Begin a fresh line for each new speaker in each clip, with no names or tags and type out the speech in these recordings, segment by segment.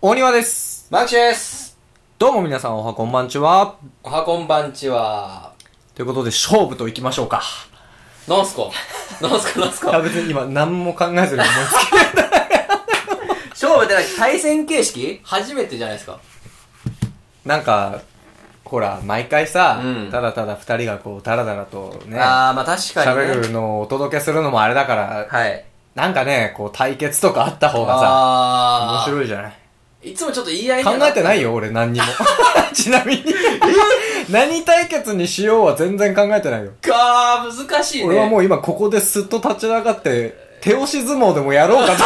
大庭です。
マークシュです
どうも皆さんおはこんばんちは。
おはこんばんちは
ということで勝負といきましょうか。
なんす かなんすかなんす
いや
か
別に今何も考えずに思いつき。
勝負って対戦形式初めてじゃないですか。
なんか、ほら、毎回さ、
うん
ただただ二人がこう、ダラダラとね、
あー、まあ確かに、ね。
喋るのをお届けするのもあれだから、
はい。
なんかね、こう対決とかあった方がさ、面
あー。
白いじゃない。
い。つもちょっと言い合いに
考
は
えてないよ、俺何 にも。ちなみに。何対決にしようは全然考えてないよ。
かー、難しいね。
俺はもう今ここですっと立ち上がって、手押し相撲でもやろうかと。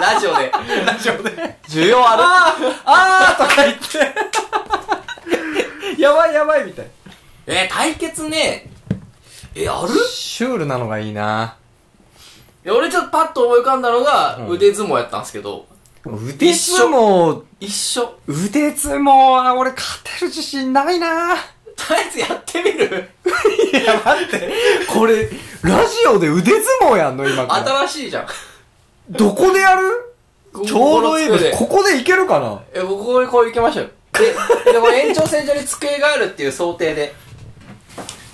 ラジオで。
ラジオで。
需要ある。
あーとか言って。 やばいやばいみたい。
えー、対決ね。え、ある
シュールなのがいいな。
いや俺ちょっとパッと思い浮かんだのが、
うん
腕相撲やったんですけど、
腕相撲、
一緒。
腕相撲は俺勝てる自信ないな。
対決やってみる
いや待って。これ、ラジオで腕相撲やんの今から。
新しいじゃん。
どこでやるちょうどいい
心つく
で。
です
ここでいけるかな
え、僕これこう行きましょうよ。で、で、これ延長線上に机があるっていう想定で。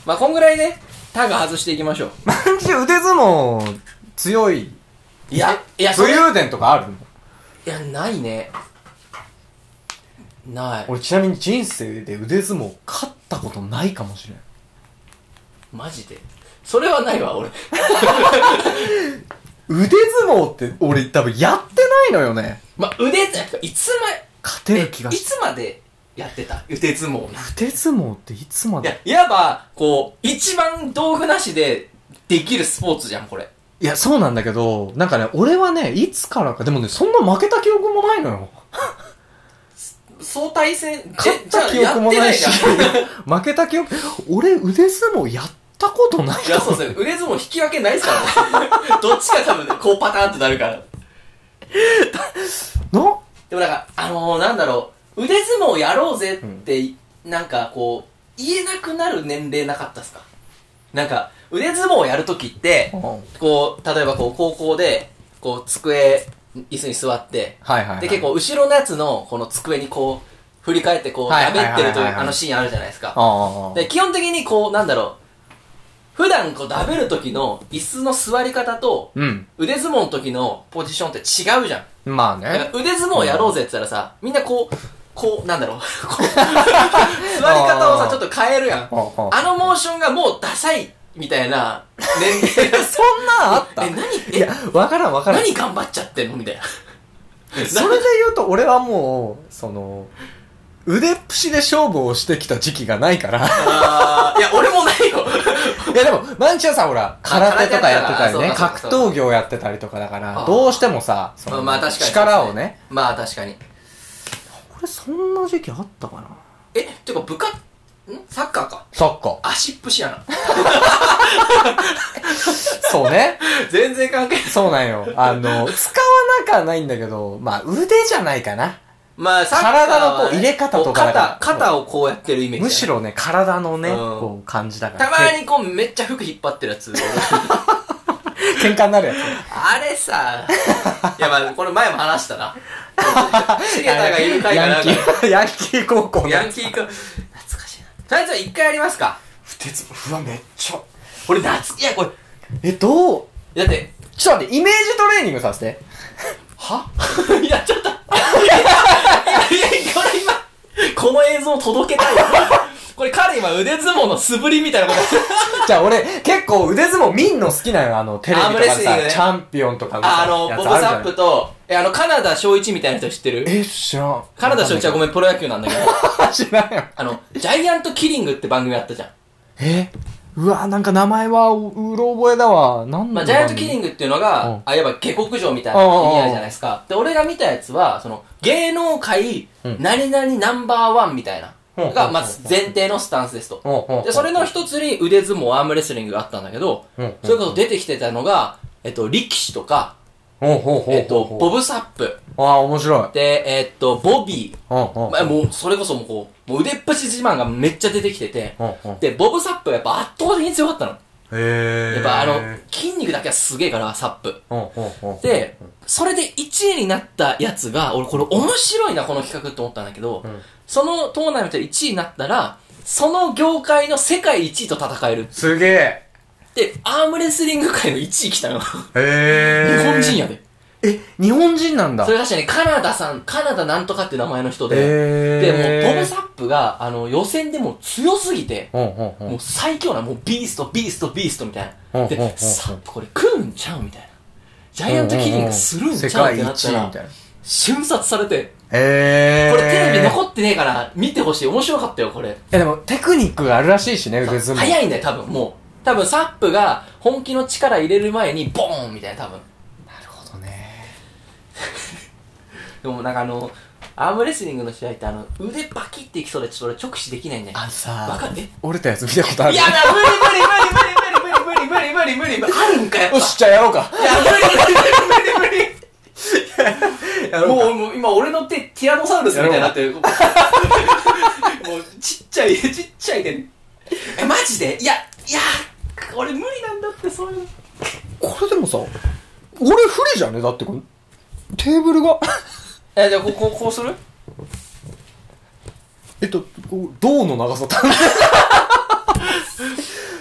まあ、こんぐらいね、タグ外していきましょう。
マンチ腕相撲、強い。
いや、いや、そ
武
れ、い
勇伝とかあるの
や、ないね。ない。
俺ちなみに人生で腕相撲勝ったことないかもしれん。
マジで。それはないわ、俺。
腕相撲って俺多分やってないのよね。
ま、腕って、いつま、
勝
え
てる気が
い
し
つまでやってた腕相撲。い
腕相撲っていつま
や
で、
いわば、こう、一番道具なしでできるスポーツじゃん、これ。
いや、そうなんだけど、なんかね、俺はね、いつからか、でもね、そんな負けた記憶もないのよ。
相対戦、え
勝った記
じゃあ
憶もないし、
やってないじゃ ん
負けた記憶、俺腕相撲やったことない
いや、そうですね。腕相撲引き分けないですからね。どっちか多分ね、こうパターンとなるから。
な
でもなんか、あのー、なんだろう、腕相撲やろうぜって、なんかこう、言えなくなる年齢なかったっすかなんか、腕相撲をやるときって、こう、例えばこう、高校で、こう、机、椅子に座って、
はいはい、はい。
で、結構、後ろのやつの、この机にこう、振り返ってこう、
はいは
喋
いはいはい
ってるという、あのシーンあるじゃないですか。
ああ。
で、基本的にこう、なんだろう、普段こう、ダブる時の椅子の座り方と、
うん。
腕相撲の時のポジションって違うじゃん。
まあ
だか
ね。
ら腕相撲やろうぜって言ったらさ、みんなこう、こう、なんだ ろう、こう、座り方をさ、
あー
ちょっと変えるやん。
ああ
あのモーションがもうダサい、みた いな、年齢
そんなんあった
え、何、
い
え
や、、わからんわからん。
何頑張っちゃってんのみ たいな。
それで言うと俺はもう、その、腕っぷしで勝負をしてきた時期がないから。
あーいや、俺もないよ。
いやでも、マンチュアさんほら、空手とかやってたりね、
あ空手やってたら
格闘技をやってたりとかだから、
あ
どうしてもさ、その
まあ確かに。
力をね。。
まあ確かに。
これそんな時期あったかな
え、てか部活、んサッカーか。
サッカー。
足っぷしやな。
そうね。
全然関係ない。
そうなんよ。あの、使わなくはないんだけど、まあ腕じゃないかな。
まあサッカーはね、
体のこう入れ方とかだから
こう肩、肩をこうやってるイメージだね。
むしろね、体のね、
うん
こう感じだから。
たまにこうめっちゃ服引っ張ってる やつ
け喧嘩になるやつ。
あれさいやまあこれ前も話し たなシゲタがいる回か
ヤ
な
ン
ん
キ
か
ー、ヤンキー高校の
ヤンキーくん懐かしいなとりあえずは一回やりますか
手つうわめっちゃ
俺夏いやこれ
えどう
だって
ちょっと待ってイメージトレーニングさせて
はいやちょっといやいやいやこれ今この映像届けたいわこれ彼今腕相撲の素振りみたいなことやってる
じゃあ俺結構腕相撲見んの好きなのあのテレビとかで
アームレスリン
さ、
グね
チャンピオンとかのさ
ああの
やつ
ボブ
あるじゃ
サ
ん
ップとえあのカナダ翔一みたいな人知ってる
え知らん
カナダ翔一はご
め
めんプロ野球なんだけど
ん知らんよ
あのジャイアントキリングって番組あったじゃん
えうわなんか名前はううろ覚えだわなん
まあ、
だ
ジャイアントキリ
グ
ングっていうの
う
が
ん、
あ、いわば下克上みたい
うん
な
うんうん
意味合いじゃないですか。で、俺が見たやつは、その、芸能界
うん、
何々ナンバーワンみたいな、
うん
が、まず前提のスタンスですと。で、それの一つに腕相撲、アームレスリングがあったんだけど、
うんうんうん
それこそ出てきてたのが、えっと、力士とか、
ほうほうほう
えっと、ボ
ブ
ブサップ、
ああ面白い
で、えっと、ボビ
うんうん
ー、まあ、もう、それこそもうこう、もう腕っぷし自慢がめっちゃ出てきてて
うんうん、
で、ボブサップはやっぱ圧倒的に強かったの。
へえ。
やっぱあの、筋肉だけはすげえから、サップ。
の、うんうんうん、
で、それで1位になったやつが、俺これ面白いな、この企画と思ったんだけど、
うん
そのトーナメントで1位になったら、その業界の世界1位と戦える。
すげえ。
で、アームレスリング界の1位来たよ。
へ
日
え。
本人やで。
え、日本人なんだ。
それ確かにカナダさん、カナダなんとかって名前の人で、で、
へ
もうトム・
さ
サップが、あの、予選でもう強すぎて、
ん。うんうんう
も
ん
う。最強な、もうビースト、ビースト、ビーストみたい
うんう
な。
んうんうん
で、サップこれ食うんちゃうみたいな。ジャイアントキリングするんち
世
ゃうっ
界
てなっ
一
た
位
ら
みた、いな。
瞬殺されて、
ええ。
これテレビ
っ
残ってねえから見てほしい。面白かったよ、これ。
いやでもテクニックがあるらしいしね、腕相撲。
早いんだよ、多分、もう。多分、サップが本気の力入れる前に、ボーンみたいな、多分。
なるほどね。
でも、なんかあの、アームレスリングの試合って、あの、腕バキっていきそうで、ちょっと俺直視できないんだよ。
あの
わか
さ
んね、
折れたやつ見たことある
いやだ、無理無理無理無理無理無理無理無理無理無理無理あるんか、やっぱ。
よし、じゃあやろうか。
いや、無理無理無理無理無理
や
も
う
う、もう今俺の手、ティラノサウルスみたいになってる。もう、ちっちゃい、ちっちゃいで。え、マジでいや、いや、俺無理なんだって、そういうの。
これでもさ、俺不利じゃねだってこれ、テーブルが。
え、じゃあ、ここ、こうする
えっと、こう銅の長さ足んない
い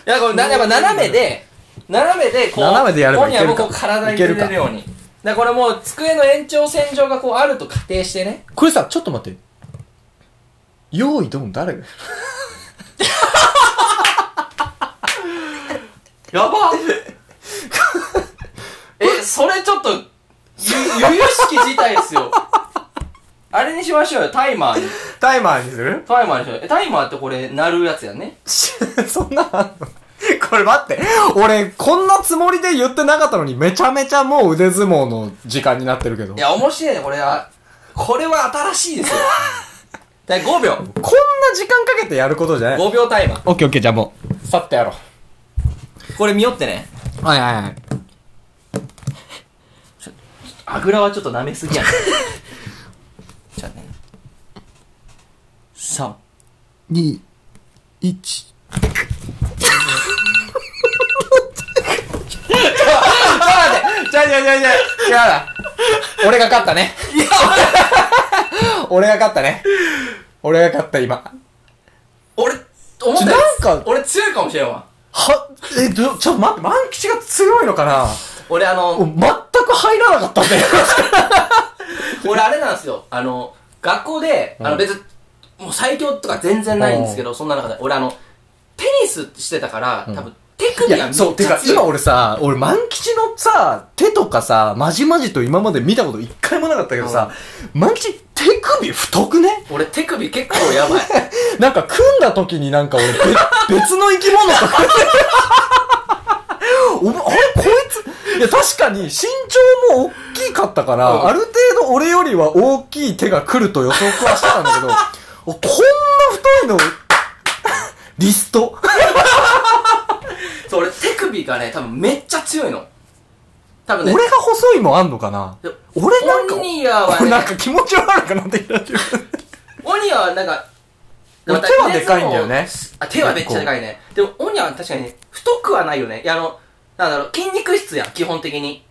や、これ、なやっぱ斜めで、斜めで、こう、
斜めでやればいけるか
今夜もこう体に入れるように。だからこれもう、机の延長線上がこうあると仮定してね。
これさ、ちょっと待って。用意ドン誰が
や ばえ、それちょっと、ゆ、ゆゆしき事態ですよ。あれにしましょうよ、タイマーに。
タイマーにする
タイマーにしましょう。え、タイマーってこれ、鳴るやつやね。
そんなんあんのこれ待って。俺、こんなつもりで言ってなかったのに、めちゃめちゃもう腕相撲の時間になってるけど。
いや、面白いね、これは。これは新しいですよ。で、5秒。
こんな時間かけてやることじゃない
5秒タイマー。
オッケーオッケー、じゃあもう。去ってやろう。
これ見よってね。
はいはいはい。
あぐらはちょっと舐めすぎやね。じゃあね。3。
2、1。
じゃあじゃあじゃあじゃ
違うな。俺が勝ったね。 俺が勝ったね。俺が勝った今。
俺、思ったより
なんか
俺強いかもしれんわ。
は、え、ど、ちょ、待って、万吉が強いのかな
俺あの、
全く入らなかったんだよ。
俺あれなんですよあの学校で、あの別にもう最強とか全然ないんですけど、そんな中で俺あのテニスしてたから、多分手首
い
がめ
や、
っ
そう、て
ちゃ
か、
強い
今俺さ、俺、万吉のさ、手とかさ、まじまじと今まで見たこと一回もなかったけどさ、万吉、手首太くね
俺手首結構 やばい
なんか、組んだ時になんか俺、べ 別の生き物とか。 お前、あれ、こいつ、いや、確かに身長も大きかったから、
うん
ある程度俺よりは大きい手が来ると予測はしてたんだけど、 おこんな太いの、リスト。
そう俺手首がね多分めっちゃ強いの多分ね
俺が細いもあんのかな
で
俺なんか、
オニアは
これ
ね
なんか気持ち悪くなってきたけど
オニアはなんか
俺手はでかいんだよね
あ手はめっちゃでかいねでもオニアは確かにね太くはないよねいやあのなんだろう筋肉質やん基本的に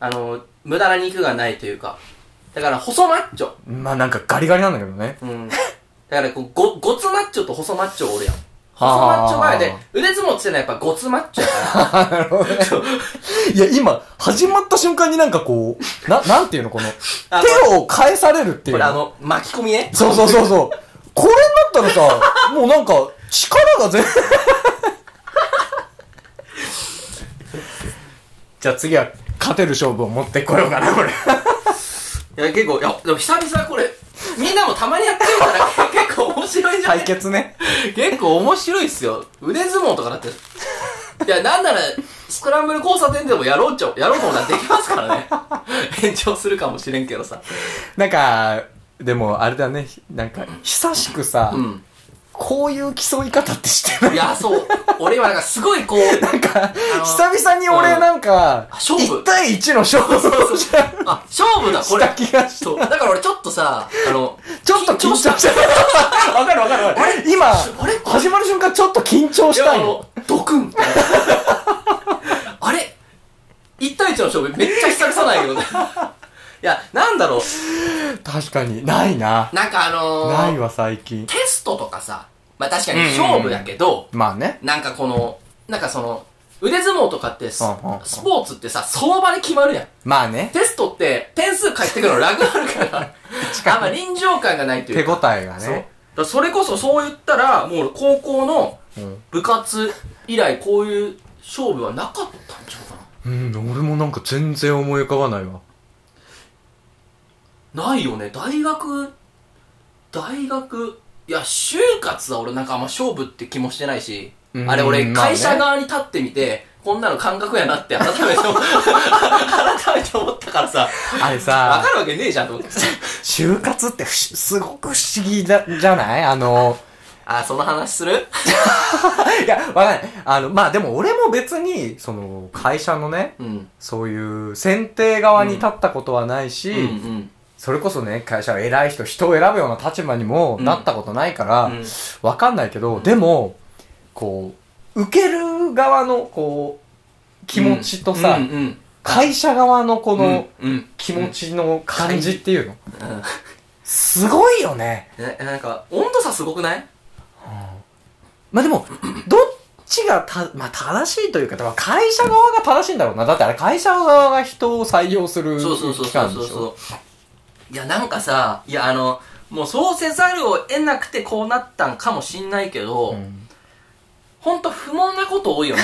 あの無駄な肉がないというかだから細マッチョ
まあなんかガリガリなんだけどね。
うん。だからこう、ご、ごつマッチョと細マッチョおるやん。細マ
あー
ッチョが、で、腕相撲ってのはやっぱごつマッチョ やから。そう
いや、今、始まった瞬間になんかこう、な、なんていうのこの、
あ
手を返されるってい
こ
う
れあ
の。
の、巻き込みね。
そうそうそうそう。これになったらさ、もうなんか、力が全然。じゃあ次は、勝てる勝負を持ってこようかな、これ。
いや、結構、いや、でも久々これ、みんなもたまにやってみたら結構面白いんじゃな
対
い
決ね。
結構面白いっすよ。腕相撲とかだって。いや、なんなら、スクランブル交差点でもやろうちょ、やろうと思ったらできますからね。延長するかもしれんけどさ。
なんか、でも、あれだね、なんか、久しくさ、
うん。
こういう競い方ってしてない
いや、そう。俺今なんかすごいこう、
なんか、
の
久々に俺なんか、
勝負
1対1の 勝負をし
あ、勝負だ、これ
た。気がして、
そう。だから俺ちょっとさ、あの、
ちょっと緊張した。わかるわかるわかる。今、
あれ
始まる瞬間ちょっと緊張
い
し
や、
た
あ
いの。
の、独くんあれ一対一の勝負めっちゃ久々ないよね。いや、なんだろう。
確かに。ないな。
なんかあのー
ないわ、最近。
テストとかさ、まあ確かに勝負だけど、
まあね。
なんかこの、なんかその、腕相撲とかってス、
うんうんうん
スポーツってさ、その場で決まるやん。
まあね。
テストって点数返ってくるの ラグあるから、あんま臨場感がないとい
手
うか。
応えが
そう。だか
ね。
らそれこそそう言ったら、もう高校の
うん
部活以来こういう勝負はなかったんちゃうか
うん、俺もなんか全然思い浮かばないわ。
な。ないよね。大学、大学、いや、就活は俺なんかあんま勝負って気もしてないし、
うん
あれ俺
まあね
会社側に立ってみて、こんなの感覚やなって改めて思改めて思ったからさ、
あれ
わ
さ
か、るわけねえじゃんと思 って。
就活ってふしすごく不思議だ、じゃないあの、
あ、その話する
いや、わかんない。あの、まあでも俺も別に、その、会社のね、
うん。
そういう選定側に立ったことはないし、
うんうん。
それこそね、会社は偉い人、人を選ぶような立場にもなったことないから、
うん
わかんないけど、でも、こう、受ける側の、こう、気持ちとさ、
うんうん。
会社側のこ
こ
の、
うんうん、
気持ちの感じっていうの、
うん、うん
すごいよね。
ななんか、温度差すごくない
まあ、でも、どっちがた、まあ、正しいというか、だから会社側が正しいんだろうな。だってあれ、会社側が人を採用する
そうそうそう
機
そう
関
そ
で
う
しょ。
いや、なんかさ、いや、あの、もうそうせざるを得なくてこうなったんかもしんないけど、
うん
ほんと不毛なこと多い よね。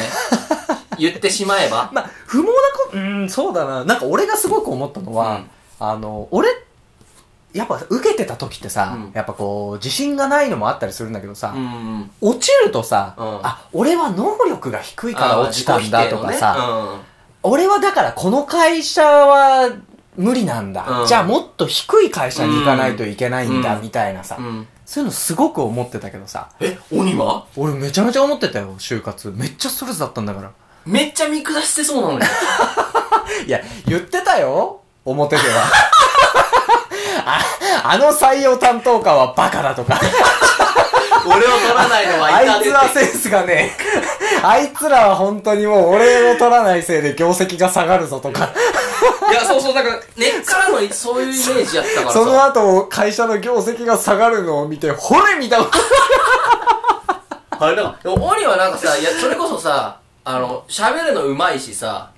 言ってしまえば。
まあ、不毛なこと、うん、そうだな。なんか俺がすごく思ったのは、
うん
あの、俺、やっぱ受けてた時ってさ、
うん
やっぱこう、自信がないのもあったりするんだけどさ、
うん。うん
落ちるとさ、
うん
あ、俺は能力が低いから落ちたんだとかさ、
さ、
俺はだからこの会社は無理なんだ、
うん
じゃあもっと低い会社に行かないといけないんだ、
うん
みたいなさ、
自己否定のねうんうん
そういうのすごく思ってたけどさ、
え、鬼は
俺めちゃめちゃ思ってたよ、就活。めっちゃストレスだったんだから。
めっちゃ見下してそうなのに。
いや、言ってたよ表では。あ、あの採用担当官はバカだとか。
俺を取らないのは
あい
痛
つ
手
はセンスがねえ。あいつらは本当にもう俺を取らないせいで業績が下がるぞとか。
いや、そうそう、だから、根っからのそういうイメージやったからさ。
その後、会社の業績が下がるのを見て、ほれ見たわ。
あれだから、でも鬼はなんかさ、いや、それこそさ、あの、喋るの上手いしさ、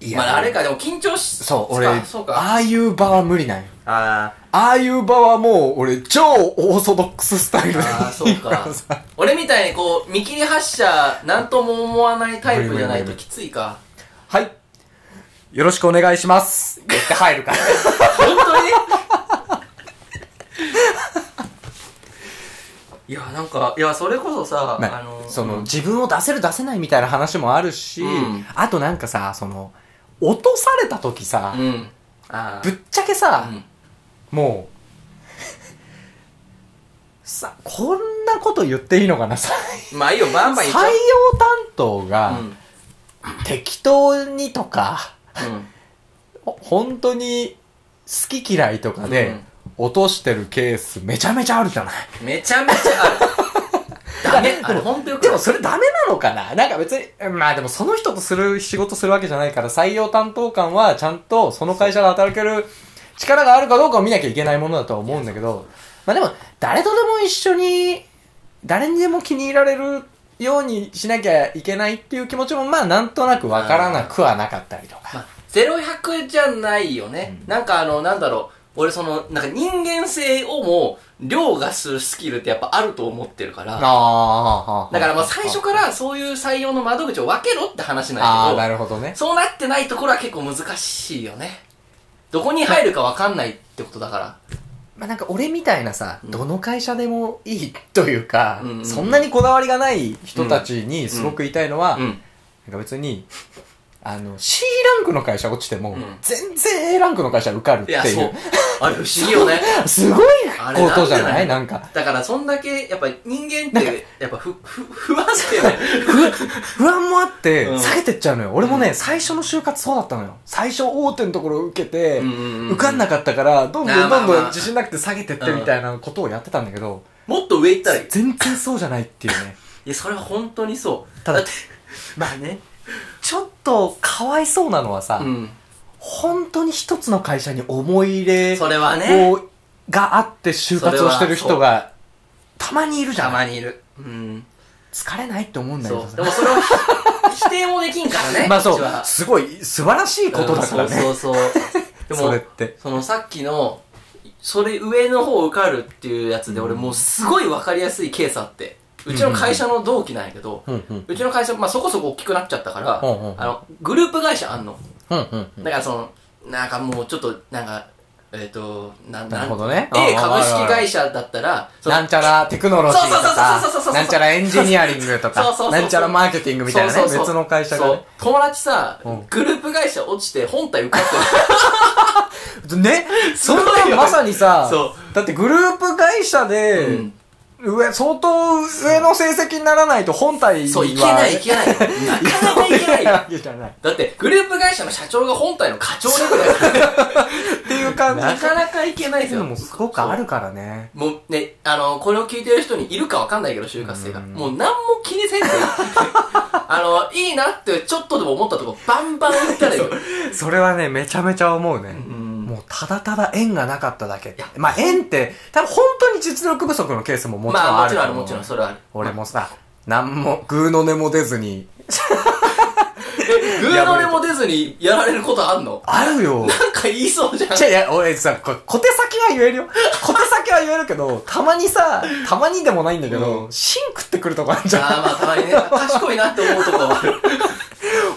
い
まあ、あれか、でも緊張し、
そう、
か
俺、
そうか。
ああいう場は無理なんよ。
あ
ああいう場はもう、俺、超オーソドックススタイル
ーあ ー、そうか。俺みたいにこう、見切り発車、なんとも思わないタイプじゃないときついか。
はい。よろしくお願いします。って入るから。
本当に いや、なんか、いや、それこそさ、
まあ
あの、
その、
うん
自分を出せる出せないみたいな話もあるし、
うん
あとなんかさ、その、落とされた時さ、
うん。あ
ぶっちゃけさ
あ。、うん。
もう、さ、こんなこと言っていいのかなさ
まあいいよ、バンバ
採
ン言っ
用
ちゃう。
担当が、適当にとか、
うん。うん。
ほ本当に好き嫌いとかで、落としてるケースめちゃめちゃあるじゃない
めちゃめちゃある。ダ メあれ、ほんとよく
で
ない
もそれダメなのかななんか別に、まあでもその人とする仕事するわけじゃないから、採用担当官はちゃんとその会社で働ける力があるかどうかを見なきゃいけないものだとは思うんだけど、まあでも、誰とでも一緒に、誰にでも気に入られるようにしなきゃいけないっていう気持ちも、まあなんとなくわからなくはなかったりとか。
まあ、0100じゃないよね、なんかあのなんだろう俺そのなんか人間性をも凌駕するスキルってやっぱあると思ってるから
あ
だからまあ最初からそういう採用の窓口を分けろって話な
あ
ん
あ、な
だ
るほどね
けど。そうなってないところは結構難しいよねどこに入るか分かんないってことだから
まあなんか俺みたいなさ、どの会社でもいいというか、
うんうん
そんなにこだわりがない人たちにすごく言いたいのは、
うん
なんか別に、あの、C ランクの会社落ちても、
ん
全然 A ランクの会社受かるっ
い
てい
やそう
う。
あれ不思議よね
すごい
あれ
こ
んで
とじゃないな
だろうん
か、
だからそんだけやっぱ人間ってやっぱふふ不安定だよね
不安もあって
う、ん
下げてっちゃうのよ。俺もね、
うん
最初の就活そうだったのよ。最初大手のところを受けて、
うんうんうんうん
受かんなかったから、どんど
あー
ん
まあ
どんど
ま
ん
あ
自信なくて下げてってみたいなことをやったんだけど、
もっと上行ったらいい
全然そうじゃないっていうね。
いや、それは本当にそう。
ただ
って、
まあね、ちょっとかわいそうなのはさ、
うん。
本当に一つの会社に思い入れ
それはね
をがあって就活をしてる人が、たまにいるじゃ
た
ん。
まにいる。うん。
疲れないって思うんだけど
そう。
さ
でもそれをひ否定もできんから ね。
まあそ
こっち
う、
は
すごい素晴らしいことだからね。
うんそうそうそう。
それ
で
っ
も、
て。
そのさっきの、それ上の方受かるっていうやつで、俺もうすごいわかりやすいケースあって。うちの会社の同期なんやけど、
うんうん。
うちの会社、まあそこそこ大きくなっちゃったから、
うんうんうん
あの、グループ会社あんの。
うんうんうん。
だからその、なんかもうちょっと、なんか、えっ、と、な、ん
なるほ
ん
どね
A
ああ
株
あ
式
あ
会社だったら、その
なんちゃらテクノロジーと
そうそうそうそうそうそ
か、
う
なんちゃらエンジニアリングと
そうそう
か
そ、うそう
なんちゃらマーケティングみたいなね、
そうそうそう
別の会社が
そう
ね。
友達さ、
うん
グループ会社落ちて本体受かって
ね、そん
すごい
な
よね
まさにさ
そ、
だってグループ会社
る、、
で
うん
上、相当上の成績にならないと本体は。
そう、いけない、いけない。なかなかいけ ない。
わけじゃない。
だって、グループ会社の社長が本体の課長だから、
っていう感じ。
なかなかいけないですよ。
もすごくあるからね。
もうね、あの、これを聞いてる人にいるかわかんないけど、就活生が。
うん
もう何も気にせん で。あの、いいなってちょっとでも思ったとこ、バンバン言ったらいいよ。
それはね、めちゃめちゃ思うね。
ん
もうただただ縁がなかっただけ
いや。
まあ縁って、多分本当に実力不足のケースももちろん
まあ、
あ
もち
る
ろんあ
と
る、
思う
もちろん、それはある。
俺もさ、なんも、グーの音も出ずに。
え、グーの音も出ずにやられることあんの
あるよ。
なんか言いそうじゃん。
ちゃいや、俺さ、こ小手先は言えるよ。小手先は言えるけど、たまにさ、たまにでもないんだけど、
う
芯食ってくるとこあるじゃん。
ああ、まあ、たまにね、賢いなって思うとこはある。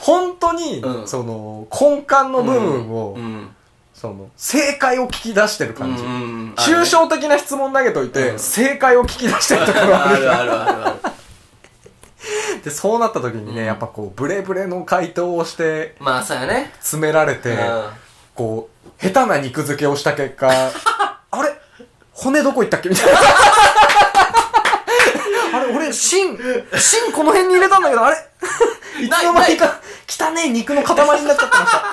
本当に、
うん
その、根幹の部分を、
うん。
その、正解を聞き出してる感じ。
うん
抽象的な質問投げといて、
うん
正解を聞き出してるところが あ
あ
るじ
る
ゃ
あるあるある。
ん。で、そうなった時にね、
うん
やっぱこう、ブレブレの回答をして、
まあ、そうやね。
詰められて、
う
こう、下手な肉付けをした結果、 あれ骨どこ行ったっけみたいな。 あれ俺、芯、芯この辺に入れたんだけど、あれいつの間にか、汚ねえ肉の塊になっちゃってま した。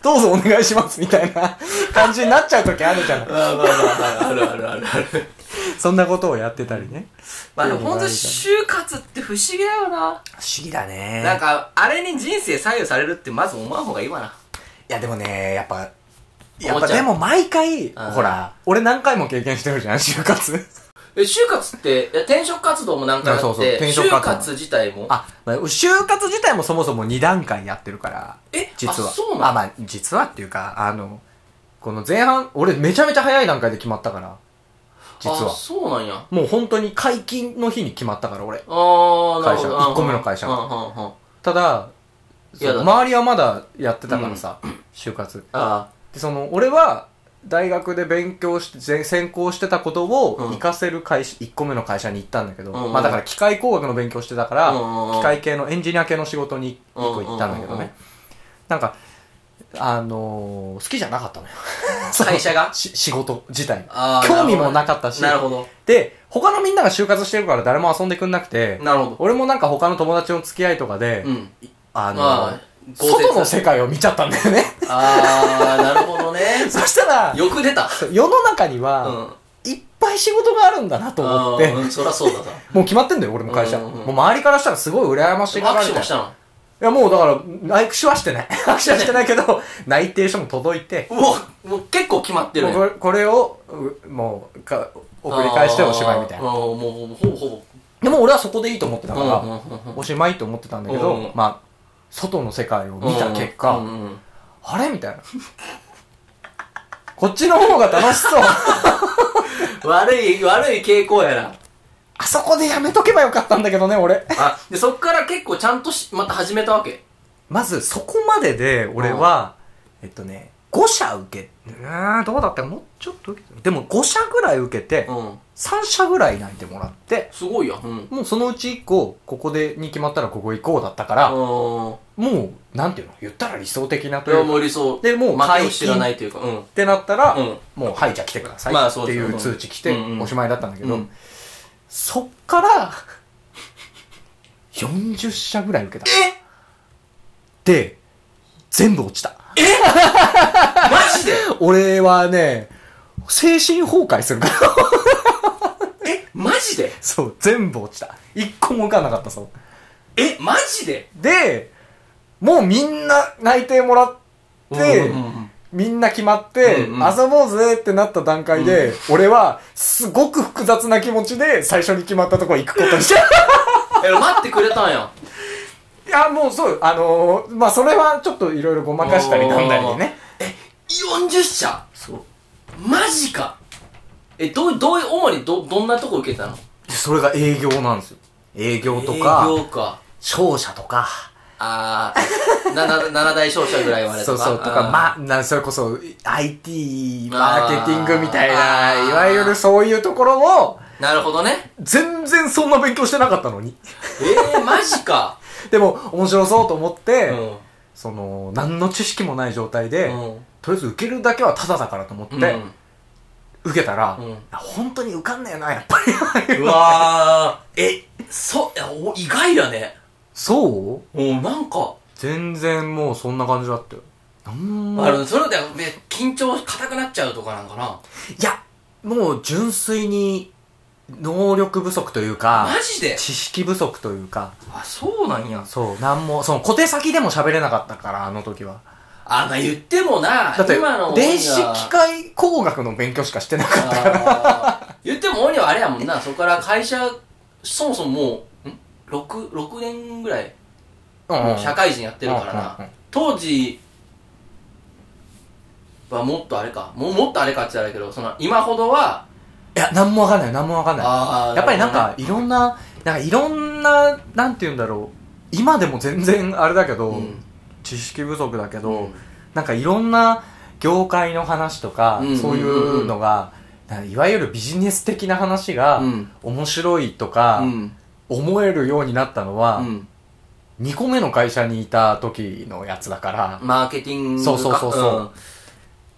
どうぞお願いします、みたいな感じになっちゃう時あるじゃない
ん。。まあまあまあ、あるあるあるある。
そんなことをやってたりね。
まあでも本当に就活って不思議だよな。
不思議だね
なんか、あれに人生左右されるってまず思わん方がいいわな。
いやでもね、やっぱ、や
思
っ
っち
ぱ
ゃう
でも毎回、
ん
ほら、俺何回も経験してるじゃん、就活。
え、就活って、いや転職活動も何回
そ
あ
う
っ
そう
て、
転職活動
就活自体も。
あ、まあ就活自体もそもそも2段階やってるから、
え
実は。
あそうなの
あ、まあ、実はっていうか、あの、この前半、俺めちゃめちゃ早い段階で決まったから、実
あ
は。
そうなんや。あ
もう本当に解禁の日に決まったから、俺。
ー、なるほ
会
ど。
社一個目の会社
うんうんうん。
ただ、
いや
そう
だ
周りはまだやってたからさ、就活。
あ
でその俺は大学で勉強してぜ専攻してたことを
うん
活かせる会社、1個目の会社に行ったんだけど、
うんうん
まあ、だから機械工学の勉強してたから、
うんうんうん
機械系のエンジニア系の仕事に
うんうんうん
1個行ったんだけどね、なんかあのー好きじゃなかったのよその
会社が
し仕事自体
あー
興味もなかったし
なるほど。
で他のみんなが就活してるから誰も遊んでくんなくて
なるほど。
俺もなんか他の友達の付き合いとかで、
うん。
あのー
あー
外の世界を見ちゃったんだよ ね
あー、なるほどね。
そしたら
よく出た。
世の中に
う
は、
ん。
いっぱい仕事があるんだなと思って、
あーうん、そりゃそうだな。
もう決まってんだよ、俺も会社。
うんうんう
も
ん
う周りからしたらすごい羨ましがら
握
れて。
手もした
い
の
や、もうだから、握手はしてない。 握手はしてないけど、内定書も届いて、
もう、もう結構決まってる
もう
ね。
これこれを、うもうか、送り返しておしまいみたい
あー
な。
あーもう、ほぼほぼ。
でも俺はそこでいいと思ってたか
うんうんうん
ら、おしまいと思ってたんだけ
うんう
ど
ん、
まあ、外の世界を見た結
うんう
果、
んうん
あれみたいな。こっちの方が楽しそう。
悪い、悪い傾向やな。
あそこでやめとけばよかったんだけどね、俺。
あ、で、そっから結構ちゃんとし、また始めたわけ。
まずそこまでで俺は、えっとね5社受けうーんどうだったもうちょっと受けてでも5社ぐらい受けて、
うん。
3社ぐらい泣いてもらって
すごいや。うん。
もうそのうち1個ここでに決まったらここ行こうだったから、
うん。
もうなんていうの言ったら理想的な
ことれ
い
は
うか
も
っ
う理想。
でもう
負け
解禁
を知らないというか。うん。
てなったら、
うん
もうはいじゃあ来てください、
まあそう
って
です
い
よ
う通知来て、
うんうん
おしまいだったんだけど、
うん
そっから40社ぐらい受けた
え
で全部落ちた
マジで
俺はね、精神崩壊するから。
えマジで
そう、全部落ちた。一個も受かんなかったそう。
え、マジで
で、もうみんな内定もらって、
うんうんうん
みんな決まって、
うんうん
遊ぼうぜってなった段階で、俺は、すごく複雑な気持ちで、最初に決まったとこ行くことに した。
え、待ってくれたんや。
いや、もうそう、あのー、まあ、それはちょっといろいろごまかしたりなんだりね。
40社
そう。
マジかえ、どう、どういう、主にど、どんなとこ受けたの
でそれが営業なんですよ。営業と
営
か、
業か。
商社とか、
あー、七、七大商社ぐらいはあれ
そ
と
う
か。
そう、とか、ま、
あ
な、それこそ、IT、マーケティングみたい
あー
な、いわゆるそういうところを、
ー。なるほどね。
全然そんな勉強してなかったのに。
えー、マジ か。
でも、面白そうと思って、
うん。
その、何の知識もない状態で、
うん
とりあえず受けるだけはタダだからと思って、
うん
受けたら、
うん
あ本当に受かんねえな、やっぱり。
うわー。え、そ、いやお意外やね。
そう
うん、なんか、
全然もうそんな感じだったよ。なんも
あの、それで、ね、緊張、硬くなっちゃうとかなんかな。
いや、もう純粋に、能力不足というか
マ、ジで
知識不足というか、
あ、そうなんや。
そう、なんも、その小手先でも喋れなかったから、あの時は。
あ、まあ言ってもな、
だって
今の、
電子機械工学の勉強しかしてなかった。
あー言っても鬼はあれやもんな、そこから会社、そもそももう、ん 6, 6年ぐらい、もう社会人やってるからな。
うんうんうん
当時はもっとあれか、もうもっとあれかって言ったらあれだけど、その今ほどは、
いや、なんもわかんない、なんもわかんない。
あー
やっぱりなん
な
か、
る
いろんな、なんかいろんな、なんて言うんだろう。今でも全然あれだけど、
うん
知識不足だけど、
うん
なんかいろんな業界の話とか、
うん
そういうのが、なんかいわゆるビジネス的な話が、
うん
面白いとか、
うん。
思えるようになったのは、
うん。
2個目の会社にいた時のやつだから、
マーケティングか。
そうそうそうそうん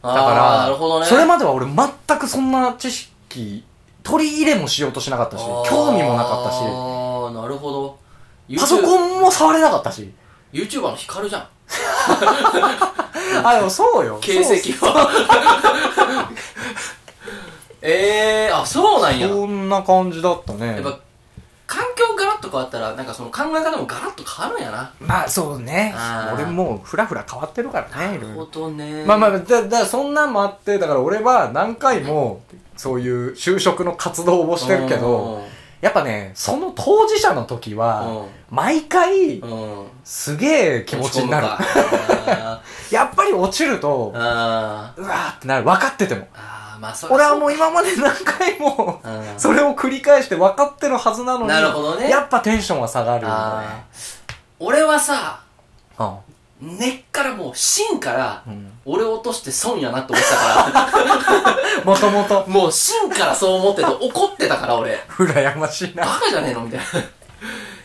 だか
あ
ら、
ーなるほどね。
それまでは俺全くそんな知識、取り入れもしようとしなかったし、興味もなかったし、
ああ、なるほど。
パソ
ン
コンも触れなかったし。
?YouTuber のヒカルじゃん。
あ、でもそうよ。
形跡は。 ええー、あ、そうなんや。
そんな感じだった
や
ね
っ。ぱ、環境がらっと変わったら、なんかその考え方もガラッと変わるんやな。
まあそうね
あ。ー
俺もうフラフラ変わってるからね、いろ
ないるほ
ろ。
どね。
まあまあ、だ、だからそんなんもあって、だから俺は何回も、そういう就職の活動をしてるけど、やっぱね、その当事者の時は、毎回
う、ん、うん。
すげえ気持ちになる。
落ち込むか。
やっぱり落ちると
あー、あ
うわーってなる。分かってても。
ー。あーまあそ
俺はもう今まで何回も、
うん
それを繰り返して分かってるはずなのに、
なるほどね
やっぱテンションは下がるよね
あ。ー俺はさ、
うん
根っからもう芯から、
ん
俺を落として損やなって思ってたか
もともと
ら、、もう芯からそう思ってて怒ってたから俺。
羨ましいな。
バカじゃねえのみたいな。い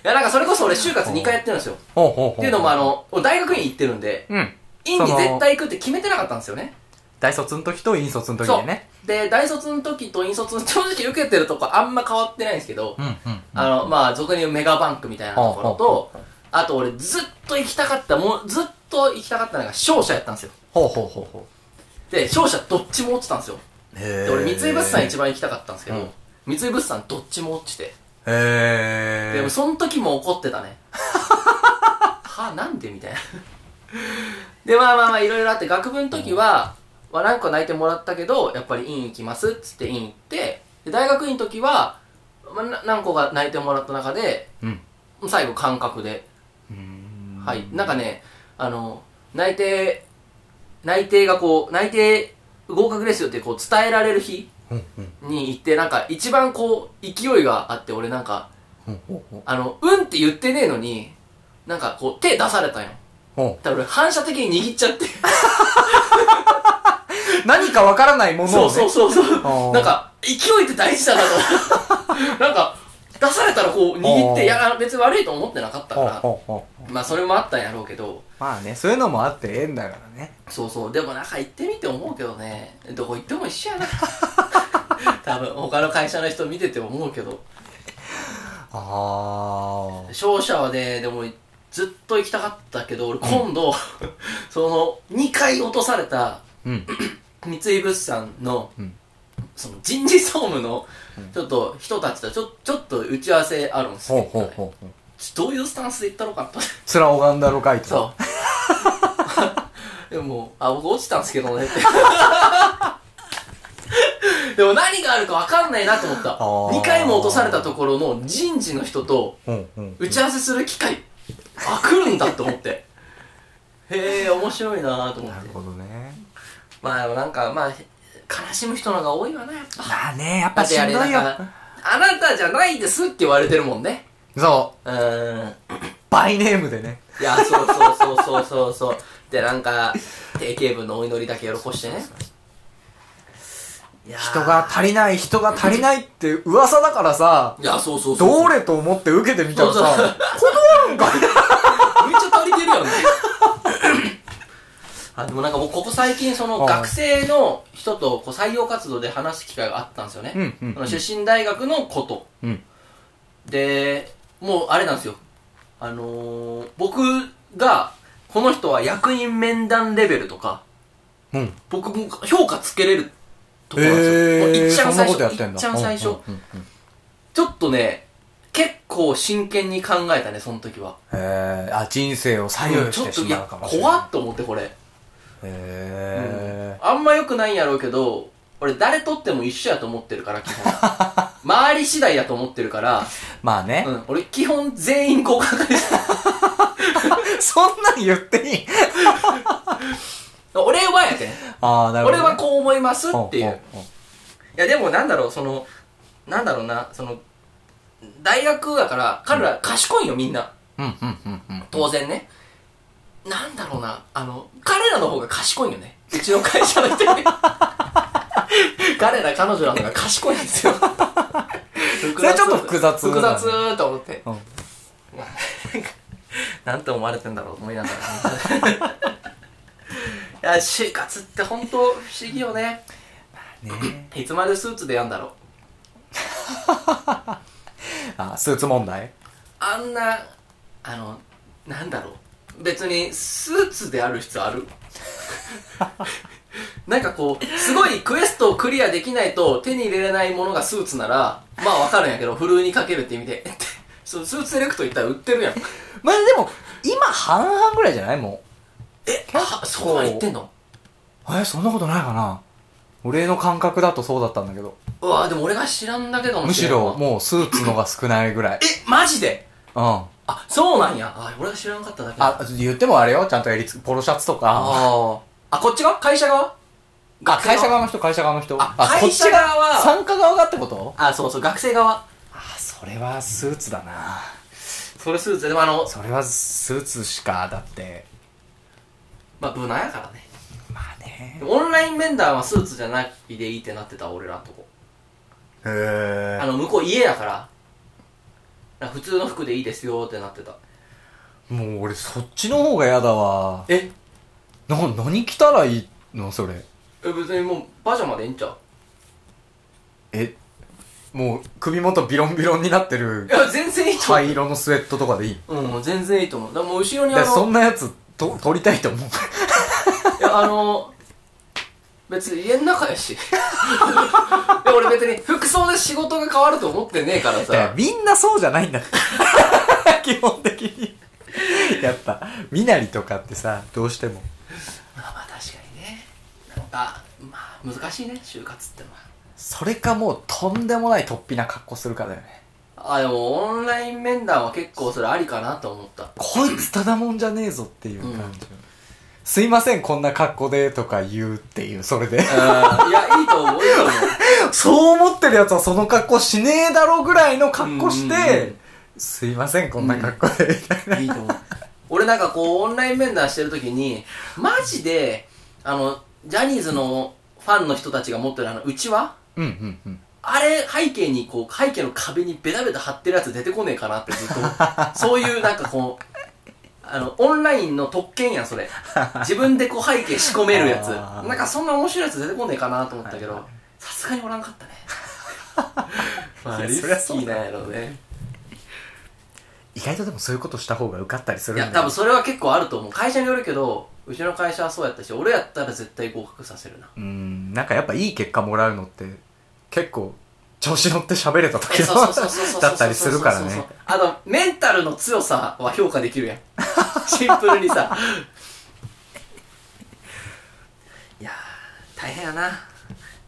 や、なんかそれこそ俺、就活2回やってるんですよ。
ほうほうほう。
っていうのも、あ、の、俺大学院行ってるんで、
うん。
院に絶対行くって決めてなかったんですよね。
大卒の時と引卒の時
そ
で
う
ね。。
で、大卒の時と院卒の正直受けてるとこあんま変わってないんですけど、
うんうん。
あの、まあ、俗に言うメガバンクみたいなところと、あと俺ずっと行きたかった、もうずっと行きたかったのが商社やったんですよ。
ほうほうほうほ
で、商社どっちも落ちたんですよ。
う。へ
で、俺三井物産一番行きたかったんですけど、
うん
三井物産どっちも落ちて。
へ
でもその時も怒ってたね はなんでみたいなでまあまあまあいろいろあって学部の時は、まあ、何個泣いてもらったけどやっぱり院行きますっつって院行ってで大学院の時は、まあ、な何個が泣いてもらった中で
うん。
最後感覚ではいなんかねあの内定内定がこう内定合格ですよってこう伝えられる日
うんうん
に行ってなんか一番こう勢いがあって俺なんか
うんほうほう
あの、うんって言ってねえのに、なんかこう手出されたんよ。
ほ
多分俺反射的に握っちゃって。
う何かわからないものを
そ
ね。
うそうそうそ
あー
う。なんか、勢いって大事だ なと。なんか、出されたらこう握っ
あー
て、いや、別に悪いと思ってなかったか
ほう
ら。
ほうほう。
まあそれもあったんやろうけど、
まあね、そういうのもあって縁だからね。
そうそう。でもなんか行ってみて思うけどね、どこ行っても一緒 やな。多分他の会社の人見てて思うけど。
あ
商社はね、でもずっと行きたかったけど、俺今度、その2回落とされた、
ー。うん。
三井物産の
うん
その人事総務の、ちょっと人たちとちょ、ちょっと打ち合わせあるんです
ほう
よ、
ほうほうほう。
ちょどういうスタンスで行ったのかと。
面拝んだろかいと。
そう。で も、あ、僕落ちたんですけどね って。でも何があるか分かんないなと思った。
あー
2回も落とされたところの人事の人と
うんうん。
打ち合わせする機会、あ、来るんだと思って。 へえ、面白いなと思っ
なる
て。
ほどね。
まあでもなんか、まあ、悲しむ人の方が多いわな、やっぱ。
まあね、やっ
だ
ぱ
っ
して
あ
ん
れ
ど
だ
い
か
よ。
ら、あなたじゃないですって言われてるもんね。
そう
ーん。
う。バイネームでね。
いや、そうそうそうそうそうそう。で、なんか、定型文のお祈りだけ喜してね。いやー
人が足りない、人が足りないって噂だからさ、
いや、そうそうそう。
どれと思って受けてみたら
そうそう
さ、断るんかい
めっちゃ足りてるやんね。 あでもなんかもうここ最近その
はい
学生の人とこう採用活動で話す機会があったんですよね、
うんうんうん
あの出身大学のこと
うん。
でもうあれなんですよあのー、僕がこの人は役員面談レベルとか
うん。
僕も評価つけれるところなんですよ、もういっちゃん最初いっちゃん最初、
うんうんうん
ちょっとね結構真剣に考えたねその時は
えー、あ、人生を左
うん
右
ち
し
ょってと
し
い
まう
や
かもしれない。
怖っと思ってこれ
へ
あんま良くないんやろうけど、俺誰とっても一緒やと思ってるから、基本。 周り次第やと思ってるから、
ー。まあね
う。ん、俺基本全員合格です。
そんなん言っていい
俺はやけん。
ああ、なるほ
俺
どね。
はこう思いますっていう。
ほうほうほう
いやでもなんだろう、その、なんだろうな、その、大学だから、彼ら賢いよみんな。
うんうんうんうん。
当然ね。なんだろうな、あの、彼らの方が賢いよね。うちの会社の人より 彼ら、彼女らの方が賢い んですよ。そ
れちょっと複雑
複
だね
雑と思って。
うん
なんて思われてんだろうと 思いながら。いや、就活って本当不思議よね。
ね
いつまでスーツでやんだろう。
あ、スーツ問題
あんな、あの、なんだろう。別にスーツである必要ある なんかこう、すごいクエストをクリアできないと手に入れれないものがスーツなら、まあわかるんやけど、ふるいにかけるって意味で、え ってそうスーツセレクト行ったら売ってるやん。
まあでも、今半々ぐらいじゃないも
え、あ、そうなん言ってんの
う。え、そんなことないかな俺の感覚だとそうだったんだけど。
うわでも俺が知らんだけかも
む
し
し
れない。
ろ、もうスーツのが少ないぐらい。
え、マジで
うん。あ、
あ、そうなんや。あ、俺が知らんかっただけだ
言ってもあれよ。ちゃんと襟つ、ポロシャツとか。
ああ。あ、こっち側会社側
あ、会社
側
側の人、会社側の人。
あ会社
が
側は
参加側がってこと
あ、そうそう、学生側。
あ、それはスーツだな。
それスーツでもあの、
それはスーツしか、だって。
まあ、無難やからね。
まあね。
オンライン面談はスーツじゃないでいいってなってた俺らのとこ。
へ
あ
え。
の、向こう家やから、なんか普通の服でいいですよってなってた。
もう俺、そっちの方が嫌だわ。
え
な、何着たらいいのそれ。
え、別にもう、パジャマでいいんちゃう
え、もう首元ビロンビロンになってる
いや、全然いいと思
灰色のスウェットとかでいい
うん、もう全然いいと思う。だからもう後ろにあ
だからそ
の、
んなやつと撮りたいと思う。
いや、あの、別に家の中やし。 いや、俺別に服装で仕事が変わると思ってねえから
だから
さ。
みんなそうじゃないんだって 基本的に。やっぱ、身なりとかってさ、どうしても。
まあまあ確かにね。なんか、まあ難しいね、就活ってのは。
それかもうとんでもない突飛な格好するかだよね。
あ、でもオンライン面談は結構それありかなと思った。
こいつただもんじゃねえぞっていう感じ。すいません、こんな格好でとか言うっていう、それで。
いや、いいと思う、いいと思う。
そう思ってるやつはその格好しねえだろうぐらいの格好し
うんうんう
て
ん、
すいません、こんな格好で、みたいな。
いいと思う。俺なんかこう、オンライン面談してるときに、マジで、あの、ジャニーズのファンの人たちが持ってるあの、うちわ
うんうんうん。
あれ、背景にこう、背景の壁にベタベタ貼ってるやつ出てこねえかなってずっ と、そういうなんかこう、あの、オンラインの特権やん、それ。自分でこう背景仕込めるやつ。
あー
なんかそんな面白いやつ出てこねえかなと思ったけ
はい
ど
は、
さすがにおらん かったね。ま
い
あ、
や
リ
そりゃ
スキ
そうだよ
ーなんやろうね。
意外とでもそういうことした方が受かったりするん
い
だ
や、多分それは結構あると思う。会社によるけど、うちの会社はそうやったし、俺やったら絶対合格させるな。
うん、なんかやっぱいい結果もらうのって、結構、調子乗って喋れた時
え
の
そうそうそうそうそうそうそうそ う
だったりするからね。
あのメンタルの強さは評価できるやん シンプルにさいやー大変やな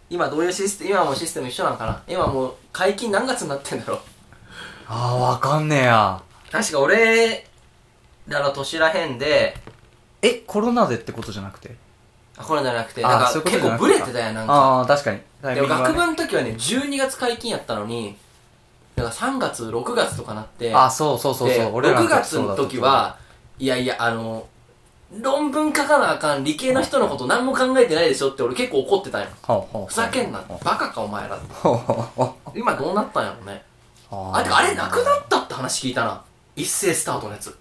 今どういうシステム今もシステム一緒なのかな今もう解禁何月になってんだろう
ああ、わかんねえや。
確か俺らの年らへんで
え、コロナでってことじゃなくて
あコロナじゃなくて
あ
なんか
そういうこと
結
じゃ
構
なく
ブ
て
レてたやんなんか
ああ、確かに。タイ
で
ミン
も
グはね
学部の時はね12月解禁やったのになんか3月6月とかなって
あ、そうそうそう
で
そう。俺ら
6月の時はいやいやあの論文書かなあかん理系の人のこと何も考えてないでしょって俺結構怒ってたんや
そうだったと思う、
ふざけんなバカかお前ら今どうなったんやろねあてかあれなくな
っ
ったって話聞いたな一斉スタートのやつ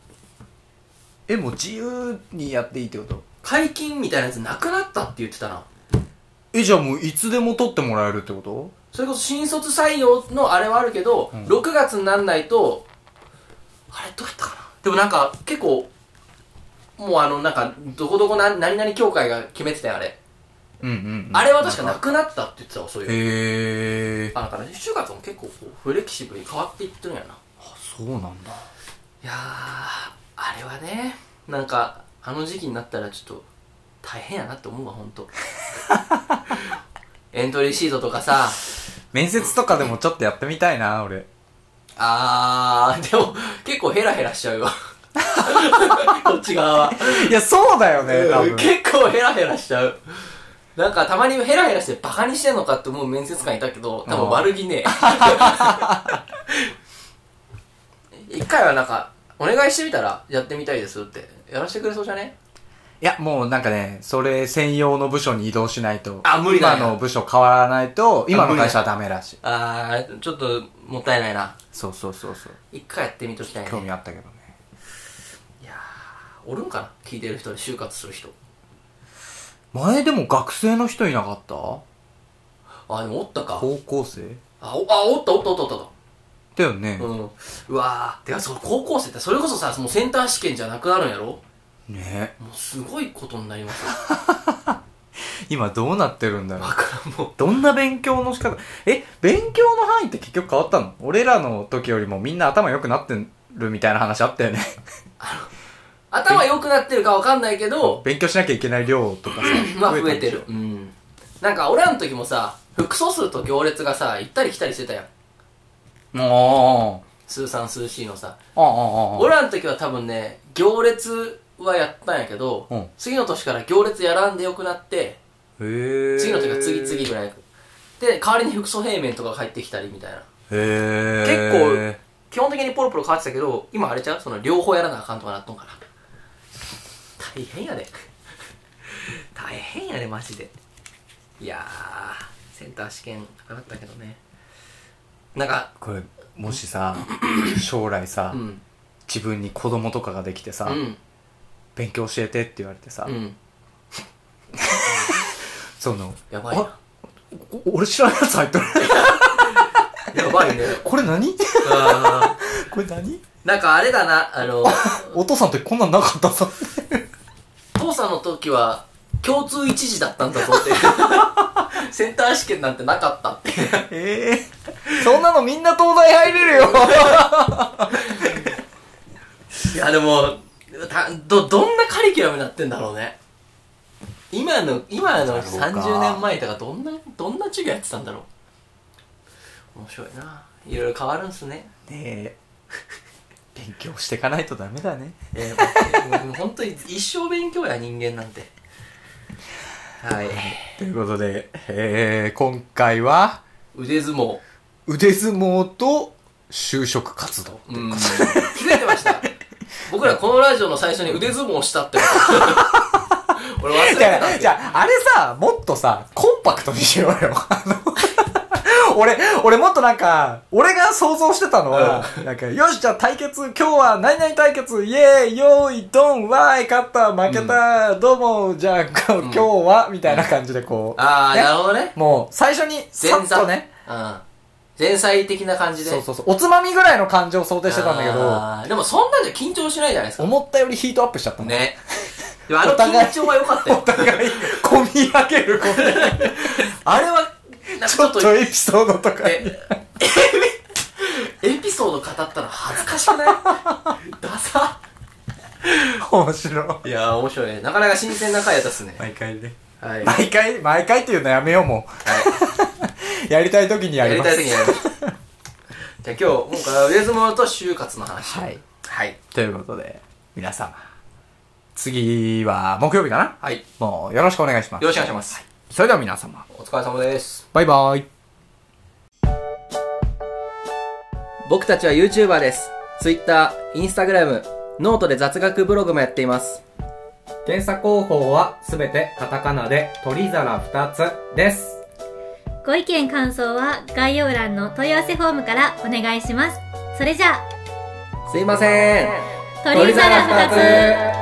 え、もう自由にやっていいってこと
解禁みたいなやつなくなったって言ってたな
え、じゃあもういつでも取ってもらえるってこと
それこそ新卒採用のあれはあるけど、
うん
6月になんないとあれどうやったかなでもなんか結構もうあのなんかどこどこな何々協会が決めてたよあれ
うんうん、うん。
あれは確かな
へ
くなったって言ってたわ、そういう。
えー。
あ、だから、就活も結構こう、フレキシブルに変わっていってるんやな。い
あ、そうなんだ。
やー、あれはね、なんか、あの時期になったらちょっと、大変やなって思うわ、ほんと。 エントリーシートとかさ、
面接とかでもちょっとやってみたいな、俺。
あー、でも、結構ヘラヘラしちゃうよ。 こっち側は。
いや、そうだよね、多分。
結構ヘラヘラしちゃう。なんか、たまにヘラヘラしてバカにしてんのかって思う面接官いたけど、多分悪気 ねえ。一回はなんか、お願いしてみたらやってみたいですって。やらせてくれそうじゃね
いや、もうなんかね、それ専用の部署に移動しないと。
あ無理だよ
今の部署変わらないと、今の会社はダメらしい。
あー、ちょっともったいないな。
そうそうそうそう。
一回やってみときたい
興
ね。
味あったけどね。
おるんかな聞いてる人で就活する人。
前でも学生の人いなかった
あ、でもおったか。
高校生
あ、おあおったおったおったおったおっ
だよね
た。。うん。うわー。てか、その高校生ってそれこそさ、もうセンター試験じゃなくなるんやろ
ね
もうすごいことになりますよ。
今どうなってるんだろう
わ。からん、もう。
どんな勉強の仕方え、勉強の範囲って結局変わったの俺らの時よりもみんな頭良くなってるみたいな話あったよね。
頭良くなってるかわかんないけど、。
勉強しなきゃいけない量とかさ
まあ増えてる。。うん。なんか俺らの時もさ、複素数と行列がさ、行ったり来たりしてたやん。
も
数3数 C のさ。
う、ああ、ああ、あ
俺らの時は多分ね、行列はやったんやけど、
うん
次の年から行列やらんでよくなって、
あ。へえ。
次の時は次々ぐらい。で、代わりに複素平面とかが入ってきたりみたいな。
へー
結基本的にポロポロ変わってたけど、今あれちゃうその両方やらなあかんとかなっとんかな。大変やで。大変やで、マジで。いやー、センター試験なくなったけどね。なんか、
これもしさ将来さ、
うん、
自分に子供とかができてさ、
うん、
勉強教えてって言われてさ、
うん。
その
やばいな。
お俺知らないやつ入ってる
やばいね。
これ何
あー
これ何
なんかあれだな、あの、
お父さんってこんなんなかったさ
父さんの時は、共通一時だったんだぞって。センター試験なんてなかったって。
ええそんなのみんな東大入れる よ
いやでもたどどんなカリキュラムになってんだろうね今の今の
そうか
30年前とかどんなどんな授業やってたんだろう面白いないろいろ変わるんすね
ねえ勉強してかないとダメだね
え ー、もう本当に一生勉強や人間なんてはい
ということで、えー、今回は
腕相撲
腕相撲と就職活動
うん気づいてました僕らこのラジオの最初に腕相撲をしたってこと 俺忘れて
じ
たん
ゃ
だ
あ、じゃあ、あれさ、もっとさ、コンパクトにしようよ。あの俺、俺もっとなんか、俺が想像してたのは、なんか、よし、じゃあ対決、今日は何々対決、イェーイ、よーい、ドン、わーい、勝った、負けた、どうも、じゃあ、こう今日は、みたいな感じでこう、
ああ
ね
なるほどね
もう、最初に、さ
前
っ
座
とね、
うん前菜的な感じで
そうそうそう、おつまみぐらいの感じを想定してたんだけど、
あーでもそんなんじゃ緊張しないじゃないですか。
思ったよりヒートアップしちゃったね。
ね。でもあの
お互い
緊張は良かった
お
よ。
互い、込み上げる、込み上げる。
あれはなんか
ち
ち
ょ
ょ
っ
っと
とエピソードとか。
えエピソード語ったら恥ずかしくないダサ
面白い。
いやー面白いねなかなか新鮮な回やったっすね
毎回ね。
はい、はい、
毎回、毎回っていうのやめようもう。やりたい時にや
や
り
り
ます。
たい時にやりますじゃあ今日今回は腕相撲と就活の話
はい、
はい
ということで、皆様。次は木曜日かな
はいよ
もうよろしくお願いします。
ろしくお願いします
それでは皆様。
お疲れ様です
バイバイ。
僕たちは YouTuber です。Twitter、Instagram、ノートで雑学ブログもやっています。
検査方法はすべてカタカナで鳥皿2つです。
ご意見感想は概要欄の問い合わせフォームからお願いします。それじゃあ、
すいません。
鳥皿2つ